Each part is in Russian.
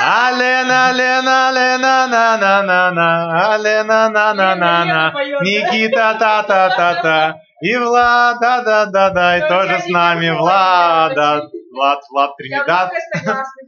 Алена, Алена, Алена, на, на, на, на, Алена, на, на, на, Лена на, поёт, да? Никита, та, та, та, та, и Влад, да, да, да, да, и Только тоже с они нами, поёт, Влада, да, Влад, Влад, Тринидад. красный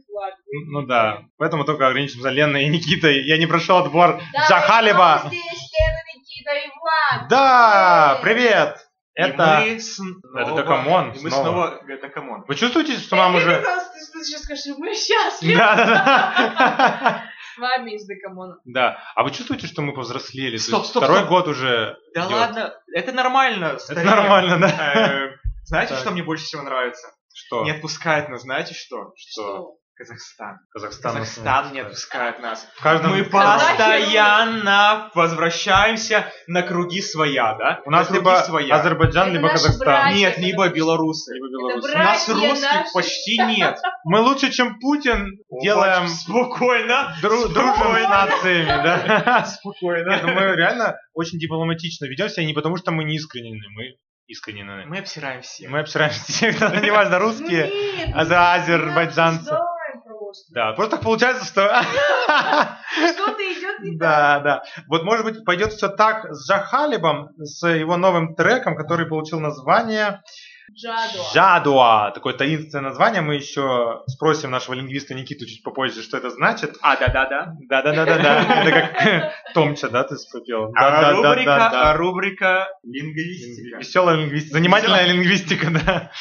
флаг. Ну да, поэтому только ограничимся Леной и Никитой. Я не прошел отбор Да, Джахалева. мы здесь, Лена, Никита и Влад. Да, Эй. привет! И Это... мы снова- Это Докамон, И мы снова. снова... Это Камон. Вы чувствуете, что нам Мне уже... казалось, ты что сейчас скажешь, мы счастливы Да, да, да. с вами из Декамона. Да. А вы чувствуете, что мы повзрослели? То Стоп, есть стоп, Второй стоп. год уже Да идет. ладно, это нормально. Это старик. нормально, да? Э, Знаете, Так. что мне больше всего нравится? Что? Не отпускает нас, знаете что? Что? Казахстан. Казахстан. Казахстан не отпускает нас. В каждом... Мы Казахи постоянно возвращаемся на круги своя, да? У нас на круги либо своя. Азербайджан, Это либо наши Казахстан. братья. Нет, либо белорусы. Либо Беларусь. бра- У нас Братья русских наши. почти нет. Мы лучше, чем Путин, делаем Очень Спокойно. дру- дружим с Спокойно. нациями, да? Нет, ну Спокойно. мы реально очень дипломатично ведем себя, и не потому что мы не искреннены, мы искреннены. Мы обсираем всех. Мы обсираемся всех, да, неважно, Ну, русские, а за азербайджанцы. Да, просто так получается, что... Что-то идет не так. Да, да. Вот, может быть, пойдет все так с Джахалибом, с его новым треком, который получил название Джадуа. «Жадуа». Такое таинственное название. Мы еще спросим нашего лингвиста Никиту чуть попозже, что это значит. А, да-да-да. Да-да-да-да-да. Это как Томча, да, ты пропел? А Да-да-да-да-да. рубрика, рубрика лингвистика. Веселая лингвистика. Занимательная лингвистика, да.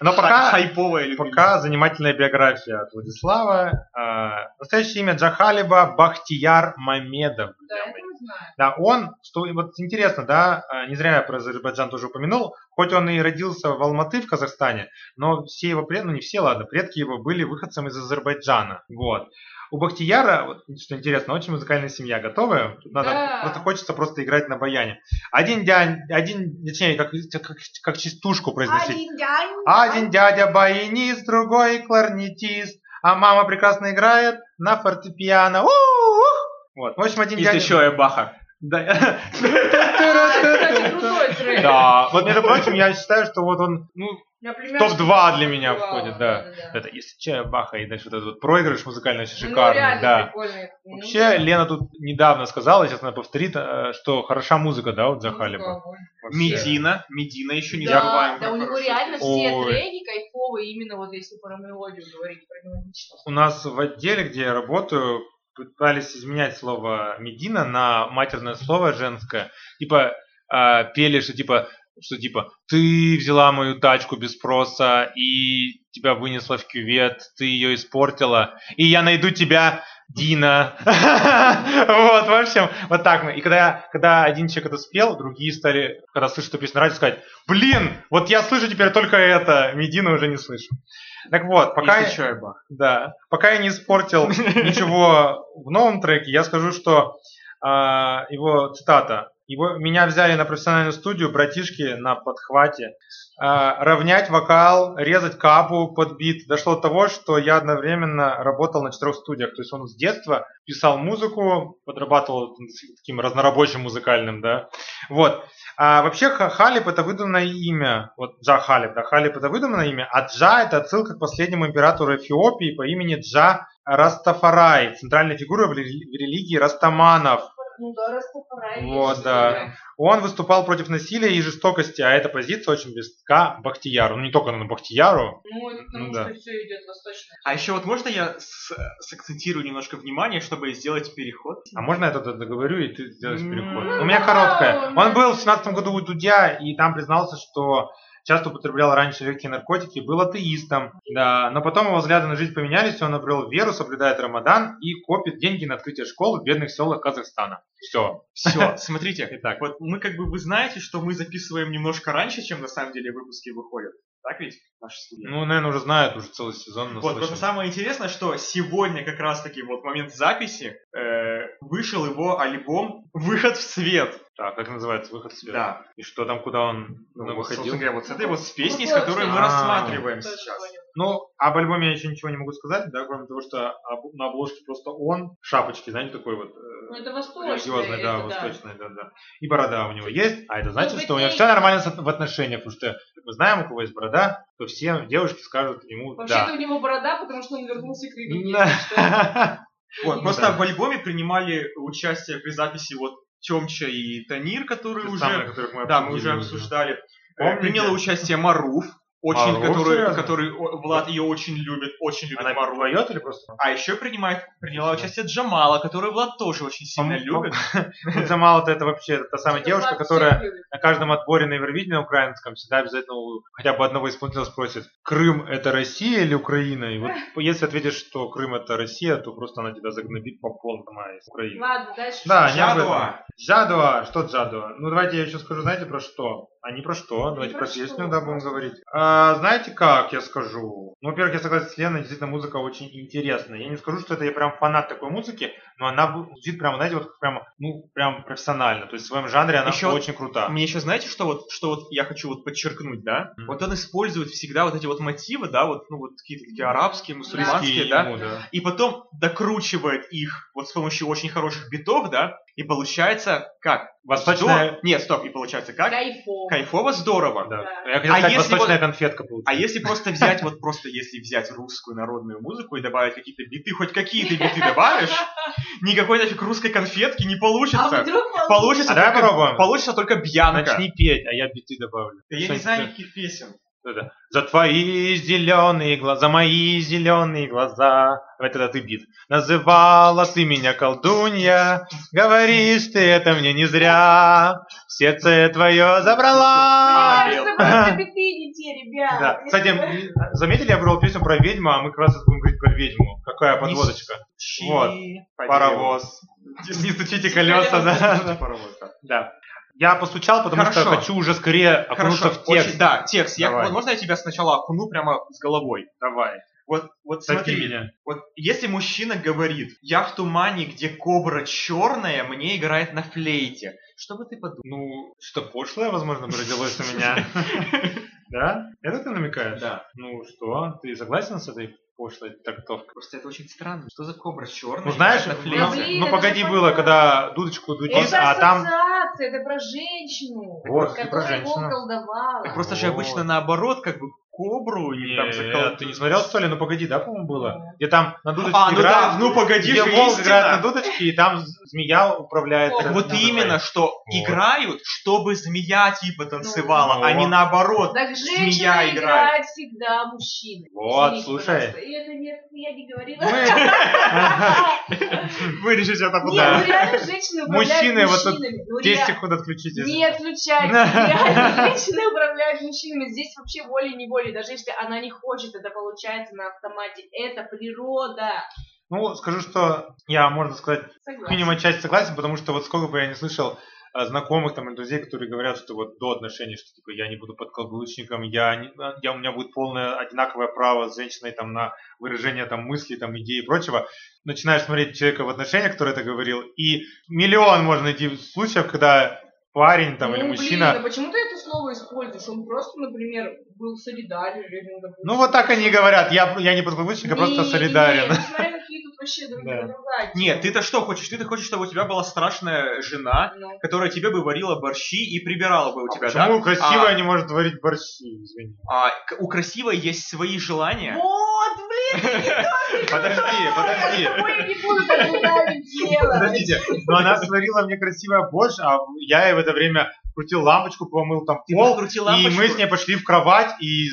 Но Хай- пока, хайповая лингвистика. пока занимательная биография от Владислава. А, Настоящее имя Джахалиба Бахтияр Мамедов. Да, это мы знаем. Да, он, что вот интересно, да, э, не зря я про Азербайджан тоже упомянул, хоть он и родился в Алматы, в Казахстане, но все его предки, ну не все, ладно, предки его были выходцем из Азербайджана, вот. У Бахтияра, вот, что интересно, очень музыкальная семья, готовы? Тут надо, Да. просто хочется просто играть на баяне. Один дядя, один, точнее, как, как, как частушку произносить. а, Один дядя баянист, другой кларнетист, а мама прекрасно играет на фортепиано. У-ух! Вот, в общем, один Есть дядя... еще и Баха. Да. А, это, кстати, крутой трек. Да, вот между прочим, я считаю, что вот он, ну, Например, топ-2 для меня Вау, входит, да. да. Это если чая баха и дальше вот этот вот проигрыш музыкальный очень Ну, шикарный, реально Ну, да. прикольно, я помню. Вообще, Лена тут недавно сказала, сейчас она повторит, э, что хороша музыка, да, вот Захалиба. Прикольно. Вообще. Медина. Медина еще не да, забываем. да, как у него хорошо. реально все Ой. треки кайфовые, именно вот если про мелодию говорить, про мелодичность. У нас в отделе, где я работаю, пытались изменять слово медина на матерное слово женское. Типа э, пели, что типа что типа ты взяла мою тачку без спроса и тебя вынесла в кювет, ты ее испортила, и я найду тебя, Дина. Вот, в общем, вот так мы. И когда, когда один человек это спел, другие стали, когда слышат эту песню на радио, сказать, блин, вот я слышу теперь только это, Медина уже не слышу. Так вот, пока... Есть еще и Бах. Да. Пока я не испортил ничего в новом треке, я скажу, что а, его цитата. Его, меня взяли на профессиональную студию, братишки на подхвате. А, равнять вокал, резать капу под бит. Дошло до того, что я одновременно работал на четырех студиях. То есть он с детства писал музыку, подрабатывал таким разнорабочим музыкальным, да. Вот. А вообще Ха- Халиб это выдуманное имя. Вот Джа Халиб, да, Халиб это выдуманное имя, а Джа это отсылка к последнему императору Эфиопии по имени Джа Растафарай, центральной фигурой в рели- в религии растаманов. Ну да, Растафарай. Вот, есть, да. да. Он выступал против насилия и жестокости, а эта позиция очень близка Бахтияру. Ну, не только, наверное, Бахтияру. Ну, это потому Ну да. что все идет восточное. А еще вот можно я с- сакцентирую немножко внимание, чтобы сделать переход? А можно я тогда договорю, и ты сделаешь М, переход? ну У меня да, короткая. у Он меня- был в 17 году у Дудя, и там признался, что часто употреблял раньше легкие наркотики, был атеистом. Да, но потом его взгляды на жизнь поменялись, и он обрел веру, соблюдает Рамадан и копит деньги на открытие школ в бедных селах Казахстана. Все. Все, смотрите. Итак. Вот мы как бы, вы знаете, что мы записываем немножко раньше, чем на самом деле выпуски выходят. Так ведь? Наши студии. Ну, наверное, уже знают, уже целый сезон Вот, просто наслышан. самое интересное, что сегодня как раз-таки вот момент записи э, вышел его альбом «Выход в свет». Так, как называется выход в свет? Да. И что там, куда он ну, Ну, вот, выходил? собственно говоря, вот с этой вот с песней, с Выходит. которой мы А. рассматриваем Тоже сейчас. понял. Ну, об альбоме я еще ничего не могу сказать, да, кроме того, что об- на обложке просто он, шапочки, знаете, такой вот... э, Ну, это восточное. Религиозная, это да, восточная, да, да. И борода у него есть, а это значит, быть, что у него ей- все нормально со- в отношениях, потому что как мы знаем, у кого есть борода, то все девушки скажут ему Вообще-то да. у него борода, потому что он вернулся к религии. Да. если что. Вот, просто Ну Да. в альбоме принимали участие при записи вот Темча и Танир, которые уже... Самые, которых мы да, мы обсудили, уже А обсуждали. Помните? Э, Приняло участие Маруф, очень, Маруф, который, серьезно? который о, Влад ее очень любит, очень любит Она Маруф. поет или просто? А еще принимает, приняла участие Джамала, который Влад тоже очень сильно Пом- любит. Ну, Вот Джамала-то это вообще та самая девушка, Влад всех которая любит. на каждом отборе на Евровидении на украинском всегда обязательно у хотя бы одного исполнителя спросят, Крым это Россия или Украина? И вот если ответишь, что Крым это Россия, то просто она тебя загнобит по полному а из Украины. Ладно, дальше. Да, не об Жадова. этом. Жадова. Что Джадуа? Ну, давайте я еще скажу, знаете, про что? А не про что. Давайте про про, что. песню, да, будем говорить. А, знаете, как я скажу? Ну, во-первых, я согласен с Леной, действительно, музыка очень интересная. Я не скажу, что это я прям фанат такой музыки, но она бу- звучит прям, знаете, вот прям, ну, прям профессионально. То есть в своем жанре она Еще- очень крута. Мне еще знаете, что вот, что вот я хочу вот подчеркнуть, да? Мгм. Вот он использует всегда вот эти вот мотивы, да, вот ну вот какие-то такие арабские, мусульманские, Близкие да, ему, ну, да. и потом докручивает их вот с помощью очень хороших битов, да, и получается как? Восточная- Здор- Нет, стоп, и получается как? Кайфово. Кайфово, здорово. Да. Да. Я хотел А сказать, если восточная конфетка получилась. А если просто взять, вот просто если взять русскую народную музыку и добавить какие-то биты, хоть какие-то биты добавишь, никакой нафиг русской конфетки не А получится. вдруг он- Получится А давай только- попробуем. Получится только бьянка. Начни петь, а я биты добавлю. Да Я не Что-нибудь знаю никаких песен. Это. За твои зеленые глаза, мои зеленые глаза. Давай тогда ты бит. Называла ты меня колдунья, говоришь ты это мне не зря. Сердце твое Мне забрала. кажется, просто биты не те, ребят. Да. Кстати, м, заметили, я брал песню про ведьму, а мы как раз сейчас будем говорить про ведьму. Какая подводочка. Чи- Вот. Паровоз. Не стучите колеса, да. Паровоз, да. Да. Я постучал, потому что Хорошо. хочу уже скорее окунуться А в очень- текст. да, текст. Я, Давай. можно я тебя сначала окуну прямо с головой? Давай. Вот, вот Смотри смотри, меня. вот если мужчина говорит, я в тумане, где кобра черная, мне играет на флейте, что бы ты подумал? Ну, что пошлое, возможно, бы родилось у меня. Да? Это ты намекаешь? Да. Ну что, ты согласен с этой пошлой трактовкой? Просто это очень странно. Что за кобра черная? Ну знаешь, играет на ну, флейте? блин, ну, это погоди же было, понятно. когда дудочку дудит, Это а там... ассоциация, это про женщину, Вот, это про которая его женщину. колдовала. Так просто же Вот. обычно наоборот, как бы кобру или там Нет, заколоту. э, ты не смотрел, что ли? Ну погоди, да, по-моему, было? Где там на дудочке А, ну играют, да, ну погоди где же, волк истина. играет на дудочке, и там з- змея управляет... Так э, Вот дудой. именно, что играют, чтобы змея типа танцевала, а не Вот. наоборот. Так женщина Змея играет. играет. всегда мужчины. Вот, Извините, слушай. Ну, пожалуйста. И это не, я не говорила. Мы- Вырежете это Нет, Да. ну реально женщины управляют Мужчины, вот тут мужчинами. Ну, Здесь реально. секунду отключите. Не отключайте. Реально, Женщины управляют мужчинами. Здесь вообще волей-неволей. Даже если она не хочет, это получается на автомате. Это природа. Ну, скажу, что я, можно сказать, К Согласна. минимум отчасти согласен, потому что вот сколько бы я не слышал а, знакомых там или друзей, которые говорят, что вот до отношений, что типа я не буду под каблучником, я, не- а, я у меня будет полное одинаковое право с женщиной там на выражение там мыслей, там идей и прочего. Начинаешь смотреть человека в отношениях, который это говорил, и миллион можно идти случаев, когда парень там или ну, мужчина, Блин, а почему ты это слово используешь? Он просто, например, был солидарен. или, ну, допустим. ну вот так они и говорят, я, я не подкаблучник, я просто Не, солидарен. Не, не, смотри, какие тут вообще друг Да. друга ругать. Нет, ты-то что хочешь? Ты-то хочешь, чтобы у тебя была страшная жена, Ну, которая тебе бы варила борщи и прибирала бы у А тебя, почему да? красивая не может варить борщи, извини. А к- у красивой есть свои желания. Вот, блин, Подожди, подожди. я не буду так неправильно делать. Подождите, но она сварила мне красивая борщ, а я ей в это время крутил лампочку, помыл там пол, покрути и мы с ней пошли в кровать и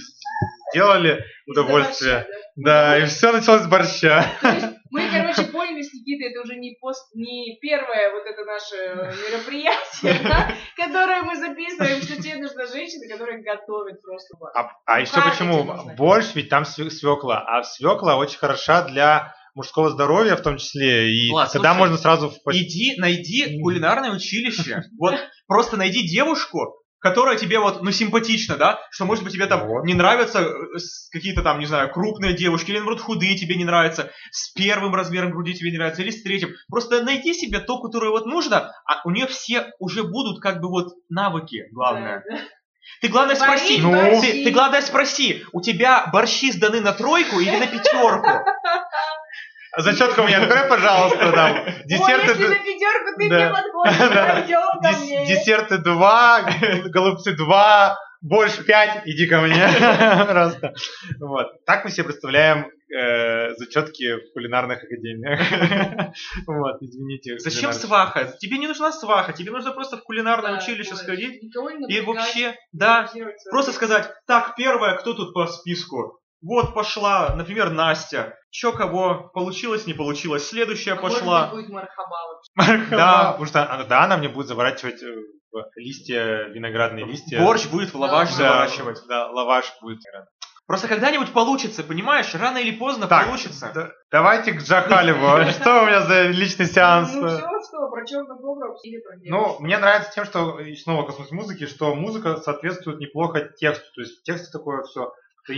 сделали удовольствие. Да, и все началось с борща. То есть Мы, короче, поняли с Никитой, это уже не пост, не первое вот это наше э, мероприятие, да, которое мы записываем, что тебе нужна женщина, которая готовит просто. вот. А, а еще как почему? эти нужны? Борщ, ведь там све- свекла, а свекла очень хороша для мужского здоровья в том числе, и Ладно, тогда слушай, можно сразу... в пос- Иди, найди Мгм. кулинарное училище. Вот просто найди девушку, которая тебе вот, ну, симпатична, да? Что, может быть, тебе там Вот. не нравятся э, с- какие-то там, не знаю, крупные девушки, или, наоборот, худые тебе не нравятся, с первым размером груди тебе не нравится, или с третьим. Просто найди себе то, которое вот нужно, а у нее все уже будут как бы вот навыки, главное. Да, да. Ты главное Варить спроси. Ну? борщи. Ты, ты главное спроси, у тебя борщи сданы на тройку или на пятерку? А Зачетка мне открой, пожалуйста, там. Ой, если Десерты... на пятерку ты Да. мне подходишь, Да. пойдем ко дес- мне. Десерты 2, голубцы 2, больше 5, иди ко мне. Просто. Вот. Так мы себе представляем э, зачетки в кулинарных академиях. Вот, извините. Зачем кулинар- сваха? Тебе не нужна сваха, тебе нужно просто в кулинарное Да, училище ой, сходить никого не и напрягать, вообще, да, блокировать свои- просто сказать, так, первое, кто тут по списку? Вот пошла, например, Настя. Чё кого? Получилось, не получилось. Следующая А может пошла. быть, будет мархаба вообще. Да, потому что она- да, она мне будет заворачивать э, в листья, виноградные листья. Борщ будет в лаваш Да, заворачивать. Да, лаваш будет. Просто когда-нибудь получится, понимаешь? Рано или поздно Так, получится. да- Давайте к Джахалеву. Что у меня за личный сеанс? Ну все, что, про черного добра обсудили про Ну, мне нравится тем, что и снова космос музыки, что музыка соответствует неплохо тексту. То есть в тексте такое все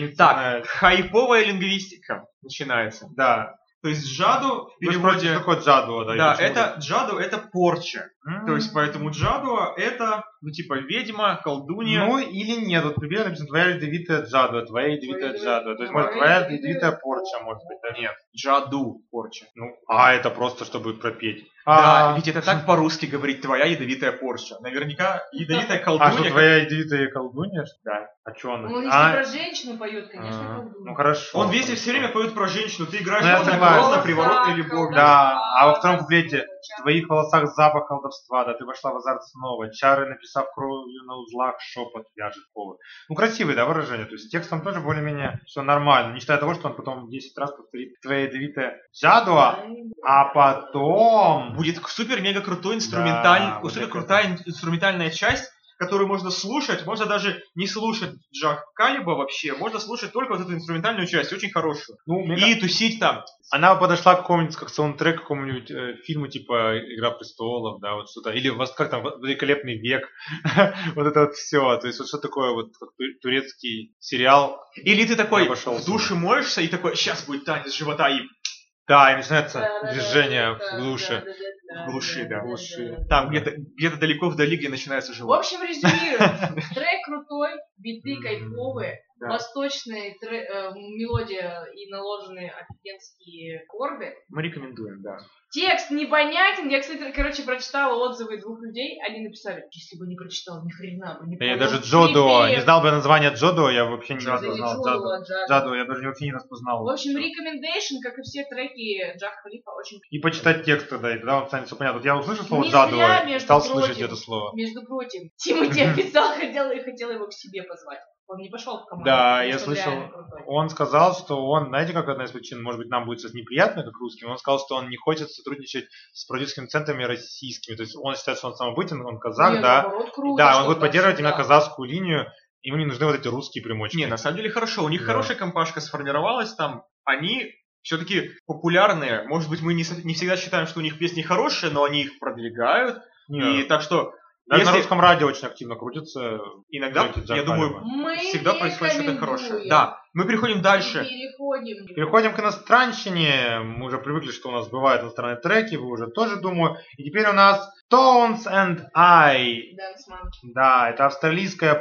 таинственное. Так, хайповая лингвистика начинается. Ну, Да. То есть джаду в Вы же переводе- вроде что такое джадуа, да? и Да, почему это джаду это порча. так? М. То есть поэтому джадуа это ну типа ведьма, колдунья. Ну или нет, вот примерно написано твоя ядовитая джадуа, твоя ядовитая Твоя джадуа. То ядовитая- есть может, твоя твоя ядовитая ядовитая- порча, может быть, да? Нет. джаду порча. Ну, а это просто, чтобы пропеть. Да, А, ведь это так по-русски говорить твоя ядовитая порча. Наверняка ядовитая а что, колдунья. твоя ядовитая колдунья? что ли? Да. А что она? Ну, если А, про женщину поет, конечно, а, колдунья. Ну хорошо. Он везде все время поет про женщину. Ты играешь Ну, я на согласен. ворона, приворот или бог. Да, а во втором куплете В твоих волосах запах колдовства, да ты вошла в азарт снова. Чары, написав кровью на узлах, шепот вяжет повод. Ну, красивые, да, выражения. То есть с текстом тоже более-менее все нормально. Не считая того, что он потом 10 раз повторит твоя ядовитая джадуа, а потом... Будет супер-мега крутой инструменталь... Да, вот супер это. крутая инструментальная часть, которую можно слушать, можно даже не слушать Джак Калиба вообще, можно слушать только вот эту инструментальную часть, очень хорошую. Ну, мне И кажется, тусить там. она подошла к какому-нибудь как саундтрек к какому-нибудь э, фильму типа «Игра престолов», да, вот что-то. Или вот как там «Великолепный век». вот это вот все. То есть вот что такое вот как ту- турецкий сериал. Или ты такой Я пошёл в душе моешься и такой, сейчас будет танец живота и Да, и начинается движение в глуши. в глуши, да. Глуши. там где-то где далеко вдали, где начинается В живот. общем, резюмируем. Трек крутой, биты М, кайфовые, да. восточные тре- э, мелодия и наложенные офигенские аккорды. Мы рекомендуем, да. Текст непонятен. Я, кстати, короче, прочитала отзывы двух людей. Они написали, если бы не прочитал, ни хрена бы не Да я понял». даже Джодо, а, не Припев. знал бы название Джодо, я вообще не Джодо, распознал Джодо, Джодо. Джадо. Джодо, я даже вообще не распознал. В общем, recommendation, как и все треки Джах Халифа, очень И почитать текст тогда, и тогда вам станет все понятно. Вот я услышал слово Не зря, Джадо и между стал прочим. слышать это слово. Между прочим, Тимати официал хотел и хотел его к себе позвать. Он не пошел в команду. Да, потому я что слышал. реально крутой. Он сказал, что он, знаете, как одна из причин, может быть, нам будет сейчас неприятно, как русским, он сказал, что он не хочет сотрудничать с продюсерскими центрами российскими. То есть он считает, что он самобытен, он казах, Не, да. наоборот, круто, да, что он будет так поддерживать всегда. именно казахскую линию, ему не нужны вот эти русские примочки. ну, Не, на самом деле хорошо. У них Да. хорошая компашка сформировалась там. Они все-таки популярные. Может быть, мы не, с- не всегда считаем, что у них песни хорошие, но они их продвигают. Не, И так что даже на если- русском радио очень активно крутится. иногда, Кстати, я Джахалева. думаю, Мы всегда происходит что-то хорошее. рекомендуем. Да, мы переходим дальше. Переходим. Переходим к иностранщине. Мы уже привыкли, что у нас бывают иностранные треки, вы уже тоже, думаю. И теперь у нас Tones and I. Dance Monkey. Да, это австралийская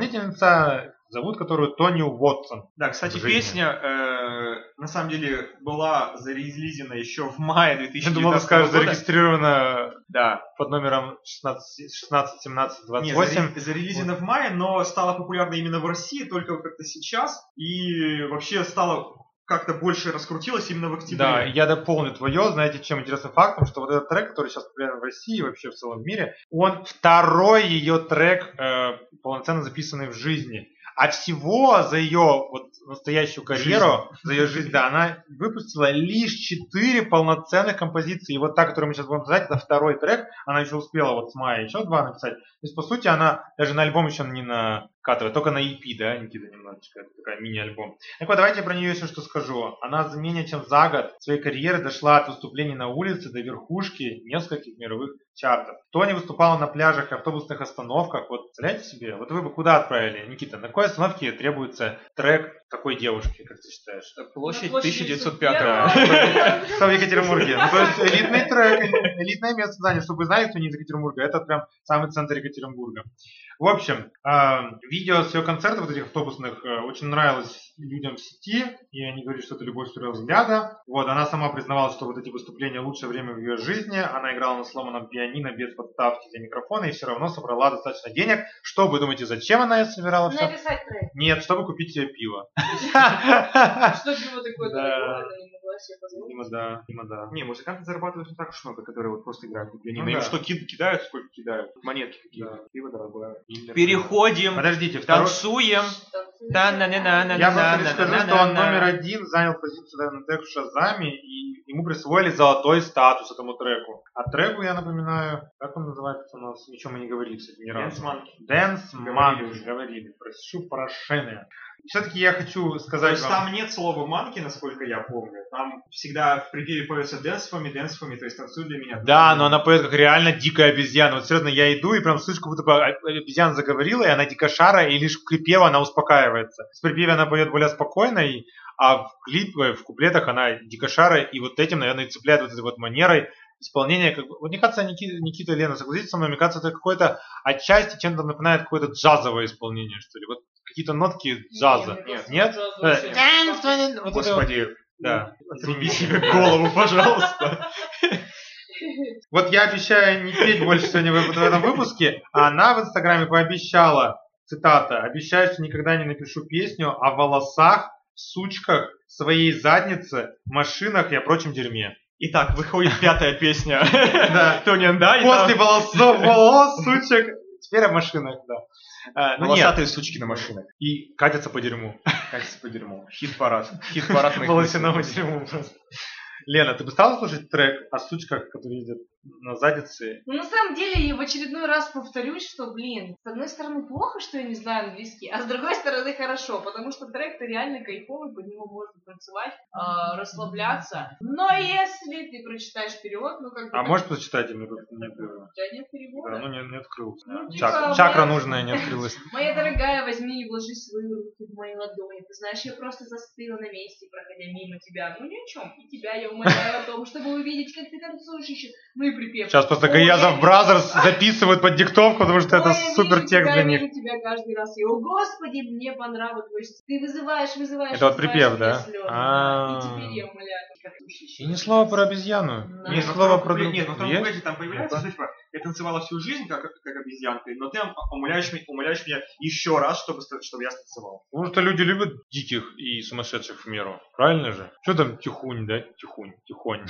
поп-исполнительница, зовут которую Тони Уотсон. Да, кстати, Жизни. песня э, на самом деле была зарелизена еще в мае 2019 Я думал, ты скажешь, года. зарегистрирована Да. под номером 16, 16 17, Не, 28. заре- зарелизена в мае, но стала популярна именно в России только вот как-то сейчас. И вообще стала как-то больше раскрутилась именно в октябре. Да, и я дополню твое, знаете, чем интересным фактом, что вот этот трек, который сейчас популярен в России и вообще в целом мире, он второй ее трек, э, полноценно записанный в жизни. А всего за ее вот настоящую карьеру, за ее жизнь, да, она выпустила лишь четыре полноценных композиции. И вот та, которую мы сейчас будем писать, это второй трек. Она еще успела вот с мая еще два написать. То есть, по сути, она даже на альбом еще не накатывает, только на EP, да, Никита, немножечко, это такая мини-альбом. Так вот, давайте я про нее еще что скажу. Она за менее чем за год своей карьеры дошла от выступлений на улице до верхушки нескольких мировых чартов. Тони выступала на пляжах и автобусных остановках. Вот, представляете себе, вот вы бы куда отправили, Никита? На какой остановке требуется трек такой девушки, как ты считаешь? Площадь На площади 1905 1905. Что в Екатеринбурге? Ну, то есть элитный трек, элитное место занято. Чтобы вы знали, кто не из Екатеринбурга, это прям самый центр Екатеринбурга. В общем, а, видео с ее концертов, вот этих автобусных, э, очень нравилось людям в сети, и они говорят, что это любовь с первого взгляда. Вот, она сама признавалась, что вот эти выступления лучшее время в ее жизни. Она играла на сломанном пианино без подставки для микрофона и все равно собрала достаточно денег. Что вы думаете, зачем она это собирала все? Написать трек. Нет, чтобы купить себе пиво. Что пиво такое Да. дорогое, она не могла себе позволить. Видимо, да, видимо, да. Не, музыканты зарабатывают не так уж много, которые вот просто играют в пианино. Ну Им да. что, ки- кидают, сколько кидают? Монетки Да. какие-то. Пиво дорогое. Переходим, Подождите, второй... танцуем. Там- Да-на-на-на-на. Я просто лишь скажу, что он Да-да-да-да. номер один занял позицию на трек в Шазаме, и ему присвоили золотой статус этому треку. А треку, я напоминаю, как он называется у нас, ничего мы не говорили, кстати, ни разу. Dance Monkey, Говорили уже. говорили, прошу прощения. Все-таки я хочу То сказать есть вам... там нет слова манки, насколько я помню. Там всегда в припеве поется дэнсфами, дэнсфами, то есть танцуй для меня. Да, но она поет как реально дикая обезьяна. Вот серьезно, я иду и прям слышу, как будто бы о- обезьяна заговорила, и она дикошара, и лишь в припеве она успокаивается. С припева она поет более спокойно, и- а в клипе, в куплетах она дикошара, и вот этим, наверное, и цепляет вот этой вот манерой исполнение. Как бы, вот мне кажется, Ники- Никита и Лена, согласитесь со мной, мне кажется, это какое-то отчасти чем-то напоминает какое-то джазовое исполнение, что ли. Вот какие-то нотки джаза. Нет, Нет? Э. нет. джаза Да. вообще не было. Вот это вот, да. отруби себе голову, пожалуйста. Вот я обещаю не петь больше сегодня в в этом выпуске, а она в Инстаграме пообещала, цитата, «Обещаю, что никогда не напишу песню о волосах, сучках, своей заднице, машинах и о прочем дерьме». Итак, выходит пятая песня. Да. Тонин, да? и После там волосов, волос, сучек, теперь о машинах, да. А, ну нет, Волосатые сучки на машинах. и катятся по дерьму. Кажется, по дерьму. Хит-парад. Хит-парад моих Волосяному мыслей. дерьму просто. Лена, ты бы стала слушать трек о сучках, которые ездят на заднице? Ну, на самом деле, я в очередной раз повторюсь, что, блин, с одной стороны, плохо, что я не знаю английский, а с другой стороны, хорошо, потому что трек-то реально кайфовый, под него можно танцевать, а, расслабляться. Но если ты прочитаешь вперед, ну, как бы... А как- можешь прочитать им? Нет, У тебя нет перевода. да, ну не, не открыл. Ну, типа, Чак- у Чакра меня- нужная не открылась. Моя дорогая, возьми и вложи свои руки в мои ладони. Ты знаешь, я просто застыла на месте, проходя мимо тебя. Ну ни о чем. И тебя я умоляю о том, чтобы увидеть, как ты танцуешь еще. Ну и припев. Сейчас просто Ой, Гаязов я- Бразерс записывают под диктовку, потому что это Ой, я супер вижу текст тебя, для я них. вижу тебя каждый раз. И, о, господи, мне понравилось. твой стиль. Ты вызываешь, вызываешь. Это вот вызываешь мои припев, да? слезы, А. И теперь я умоляю. как ты слушаешь. И ни слова про обезьяну, Да. ни Нет, ну, слова там про... куплет- Нет, ну там Есть? куплете там появляется, что типа, я танцевала всю жизнь как, как обезьянка, но ты умоляешь, меня- умоляешь меня еще раз, чтобы, ста- чтобы я станцевал. Потому что люди любят диких и сумасшедших в меру. Правильно же? Что там тихунь, да? Тихунь, тихонь.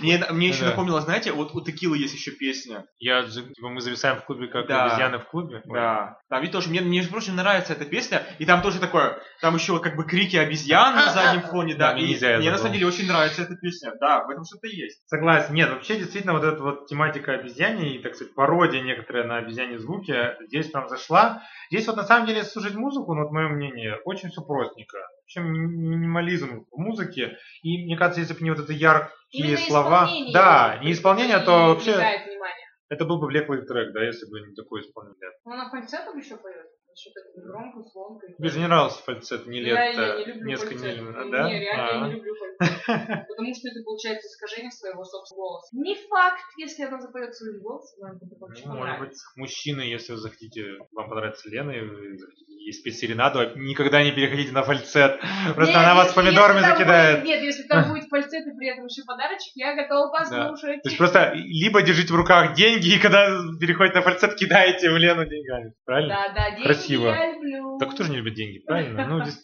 Мне, мне еще Да. напомнило, знаете, вот у Текилы есть еще песня. Я, же- типа, мы зависаем в клубе, как Да. обезьяны в клубе. Да. Там ведь тоже, мне, мне же очень нравится эта песня, и там тоже такое, там еще как бы крики обезьян на заднем фоне, да, Да, и нельзя, я мне на забыл. самом деле очень нравится эта песня, да, в этом что-то есть. Согласен. Нет, вообще действительно вот эта вот тематика обезьяний и, так сказать, пародия некоторая на обезьяне звуки здесь прям зашла. Здесь вот на самом деле слушать музыку, ну вот мое мнение, очень все простенько. В общем, ми- минимализм в музыке. И мне кажется, если бы не вот это яркие Именно слова... исполнение Да, его не исполнение, то не вообще привлекает внимание. это был бы блеклый трек, да, если бы не такое исполнение. Ну, Она фальцет там еще поет. Что-то громко, звонко. Тебе же не нравился фальцет, не лето, Да, я не люблю несколько фальцет. недель, Ну, да? Не, реально А. я не люблю фальцет. Потому что это получается искажение своего собственного голоса. Не факт, если она запоет своим голосом, вам это вообще Ну, может понравится. быть, мужчины, если вы захотите, вам понравится Лена, и вы захотите ей спеть серенаду, а никогда не переходите на фальцет. Просто Нет, она вас если- помидорами если там закидает. будет- Нет, если там будет фальцет и при этом еще подарочек, я готова послушать. То есть просто либо держите в руках деньги, и когда переходите на фальцет, кидаете в Лену деньгами. Правильно? Да, да, деньги Красиво. я люблю. Так кто же не любит деньги, правильно? Ну, здесь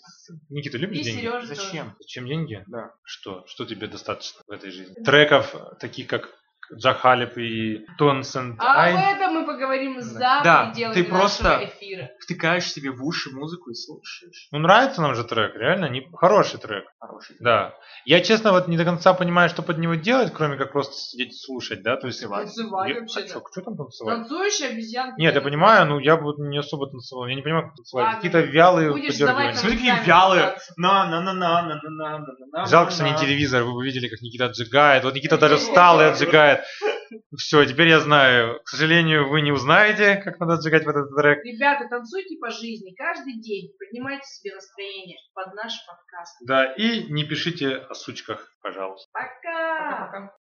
Никита, любишь И деньги? Сережа Зачем? Зачем деньги? Да. Что? Что тебе достаточно в этой жизни? Треков, э, таких как Джахалип и Тонсен. А об этом мы поговорим за Да, пределами ты нашего просто- эфира. Втыкаешь себе в уши музыку и слушаешь. Ну, нравится нам же трек, реально, не... хороший трек. Хороший. Да. Я, честно, вот не до конца понимаю, что под него делать, кроме как просто сидеть и слушать, да? То есть... Танцевать Я- вообще, а чё, да. чё там танцевать? Танцующая обезьянка. Нет, я понимаю, ну я бы вот не особо танцевал. Я не понимаю, как танцевать. Ладно. Какие-то вялые Будешь сдавать подергивания. Смотри, какие Сами вялые. пытаться. На, на, на, на, на, на, на, на, на. Жалко, что не на. телевизор, вы бы видели, как Никита отжигает. Вот Никита даже Ой. встал и отжигает. Все, теперь я знаю. К сожалению, вы не узнаете, как надо отжигать вот этот трек. Ребята, танцуйте по жизни каждый день, поднимайте себе настроение под наш подкаст. Да, и не пишите о сучках, пожалуйста. Пока! Пока-пока.